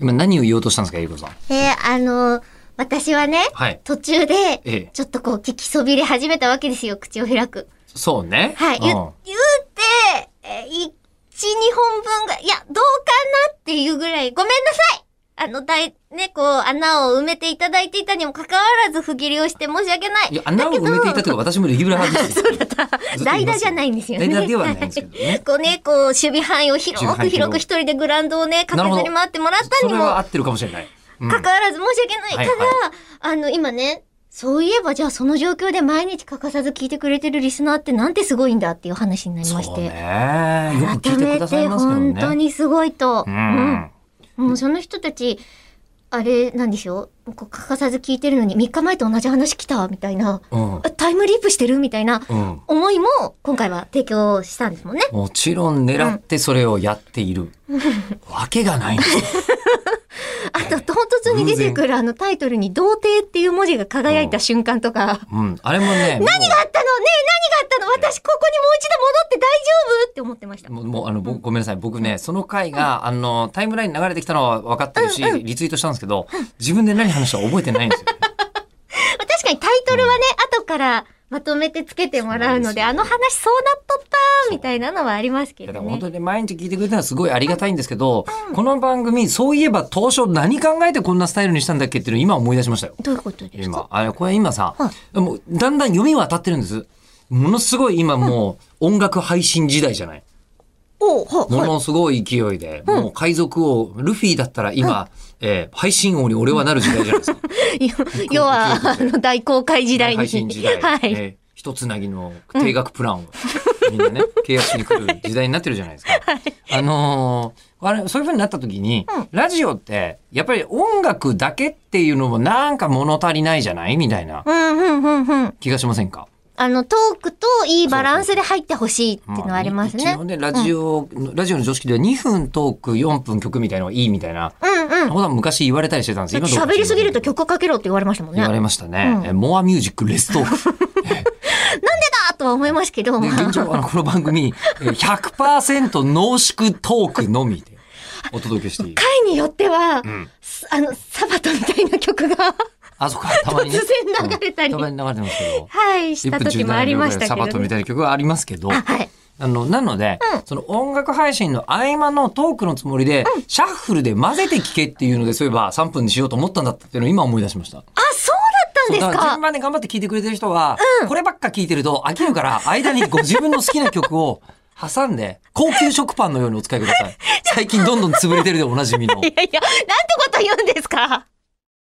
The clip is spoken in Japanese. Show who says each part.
Speaker 1: 今何を言おうとしたんですか、ゆうこさん。
Speaker 2: えーあのー私はね、
Speaker 1: はい
Speaker 2: 途中
Speaker 1: ええ
Speaker 2: で、ちょっとこう、聞きそびれ始めたわけですよ、口を開く。
Speaker 1: そうね。
Speaker 2: はい。
Speaker 1: うん
Speaker 2: 言言うて、えー、一、二本分が、いや、どうかなっていうぐらい、ごめんなさいあの、だい、ね、こう、穴を埋めていただいていたにもかかわらず、不義理をして申し訳ない。
Speaker 1: いや、穴を埋めていたというか、私もレギュラー派ですよ。そうだった
Speaker 2: 代打じゃないんですよね。
Speaker 1: 代打ではないんですけど ね。
Speaker 2: こうね、こう、守備範囲を広
Speaker 1: 守備範
Speaker 2: く
Speaker 1: 囲広
Speaker 2: 広
Speaker 1: く
Speaker 2: く一人でグラウンドをね、駆けずり回ってもらった
Speaker 1: そ
Speaker 2: に
Speaker 1: れ
Speaker 2: も、
Speaker 1: は合ってるかもしれない。うん
Speaker 2: かかわらず申し訳ないか
Speaker 1: は
Speaker 2: ら、
Speaker 1: いは
Speaker 2: あの、今ね、そういえばじゃあその状況で毎日欠かさず聞いてくれてるリスナーってなんてすごいんだっていう話になりまし
Speaker 1: そう
Speaker 2: て。
Speaker 1: ね。よく聞
Speaker 2: 改
Speaker 1: いてく
Speaker 2: め
Speaker 1: ださ
Speaker 2: て
Speaker 1: いますけどね。
Speaker 2: 本当にすごいと。
Speaker 1: う
Speaker 2: うん
Speaker 1: ん。
Speaker 2: もうその人たち、あれなんでしょうこう欠かさず聞いてるのに3日前と同じ話来たみたいな。
Speaker 1: うん。
Speaker 2: あタイムリープしてるみたいな
Speaker 1: うん。
Speaker 2: 思いも今回は提供したんですもんね。
Speaker 1: もちろん狙ってそれをやっている。わけがないん ですよ。
Speaker 2: あと、唐突に出てくるあのタイトルに童貞っていう文字が輝いた瞬間とか。
Speaker 1: うん。あれもね。何
Speaker 2: あったのねえ何があったの私ここにもう一度戻って大丈夫って思ってました。
Speaker 1: もうもうあの僕ごめんなさい僕ねその回が、あのタイムラインに流れてきたのは分かってるし、リツイートしたんですけど自分で何話したか覚えてないんですよ。
Speaker 2: まあ確かにタイトルはね、後からまとめてつけてもらうので、
Speaker 1: そう
Speaker 2: あ
Speaker 1: ですよ
Speaker 2: の話そうなっとったーみたいなのはありますけ
Speaker 1: いやで
Speaker 2: ど
Speaker 1: も本
Speaker 2: ね。
Speaker 1: 当に毎日聞いてくれたのはすごいありがたいんですけど、この番組そういえば当初何考えてこんなスタイルにしたんだっけっていうのを今思い出しましたよ。
Speaker 2: どういうことです
Speaker 1: 今
Speaker 2: か
Speaker 1: あれこれ今さ、
Speaker 2: は
Speaker 1: もうだんだん読み渡ってるんです。ものすごい今もう音楽配信時代じゃない。
Speaker 2: おうは
Speaker 1: も
Speaker 2: はい。
Speaker 1: のすごい勢いで、もう海賊王、ルフィだったら今、えー配信王に俺はなる時代じゃないですか。
Speaker 2: 要は、 あの、大公開時代に。
Speaker 1: 配信時代、
Speaker 2: は
Speaker 1: え
Speaker 2: い。
Speaker 1: ーひとつなぎの定額プランを、みんなね、契約しに来る時代になってるじゃないで すか。あのーあれ、そういう風になった時に、
Speaker 2: うん
Speaker 1: ラジオって、やっぱり音楽だけっていうのもなんか物足りないじゃないみたいな
Speaker 2: うん、うん、うん、うん。
Speaker 1: 気がしませんか
Speaker 2: あの、トークといいバランスで入ってほしいっていうのはあります
Speaker 1: まあ
Speaker 2: ね。
Speaker 1: 一応ね、ラジオ、ラジオの常識では2分トーク、4分曲みたいのがいいみたいな、
Speaker 2: うん、うん。
Speaker 1: ことは昔言われたりしてたんです今どうか
Speaker 2: 喋りすぎると曲かけろって言われましたもんね。
Speaker 1: 言わ
Speaker 2: なん
Speaker 1: れ
Speaker 2: で
Speaker 1: ましたね。
Speaker 2: うん
Speaker 1: えモアミュージックレストーク。
Speaker 2: だとは思いますけど、
Speaker 1: で、
Speaker 2: まあ
Speaker 1: 現状、あの、この番組、えー100%濃縮トークのみでお届けしている。
Speaker 2: 回によっては、
Speaker 1: ん
Speaker 2: すあの、サバトみたいな曲が、
Speaker 1: あ、そっか、たまに、ね。
Speaker 2: 突然流れたり
Speaker 1: うんたまに流れてますけど。
Speaker 2: はい、した時もありました
Speaker 1: サ
Speaker 2: けど、
Speaker 1: バトみ
Speaker 2: ね。
Speaker 1: たいな曲はありますけど、
Speaker 2: あ、はい。
Speaker 1: あの、なので、その音楽配信の合間のトークのつもりで、シャッフルで混ぜて聞けっていうので、そういえば3分にしようと思ったんだったっていうのを今思い出しました。
Speaker 2: あ、そうだった
Speaker 1: だ
Speaker 2: んで
Speaker 1: か
Speaker 2: す
Speaker 1: ら
Speaker 2: か
Speaker 1: 順番で頑張って聞いてくれてる人は、こればっか聞いてると飽きるから、間にご自分の好きな曲を挟んで、高級食 パンのようにお使いください。最近どんどん潰れてるでおなじみの。
Speaker 2: いやいや、なんてこと言うんですか